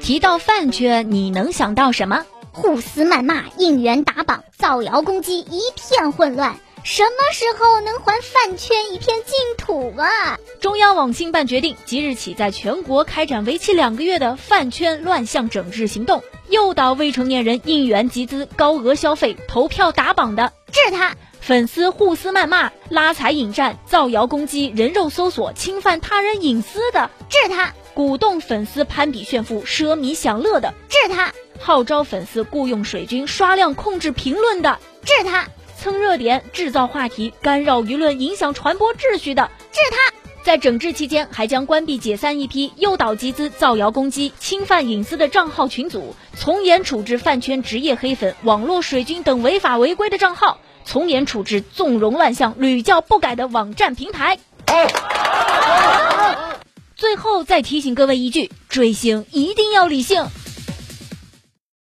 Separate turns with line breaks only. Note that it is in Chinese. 提到饭圈，你能想到什么？
互撕谩骂、应援打榜、造谣攻击，一片混乱。什么时候能还饭圈一片净土啊？
中央网信办决定，即日起在全国开展为期两个月的饭圈乱象整治行动，诱导未成年人应援集资、高额消费、投票打榜的，
治他！
粉丝互撕谩骂、拉踩引战、造谣攻击、人肉搜索、侵犯他人隐私的，
治他！
鼓动粉丝攀比炫富、奢靡享乐的，
治他！
号召粉丝雇佣水军刷量控制评论的，
治他！
蹭热点、制造话题、干扰舆论、影响传播秩序的，
治他！
在整治期间，还将关闭解散一批诱导集资、造谣攻击、侵犯隐私的账号群组，从严处置饭圈职业黑粉、网络水军等违法违规的账号，从严处置纵容乱象、屡教不改的网站平台。最后再提醒各位一句：追星一定要理性。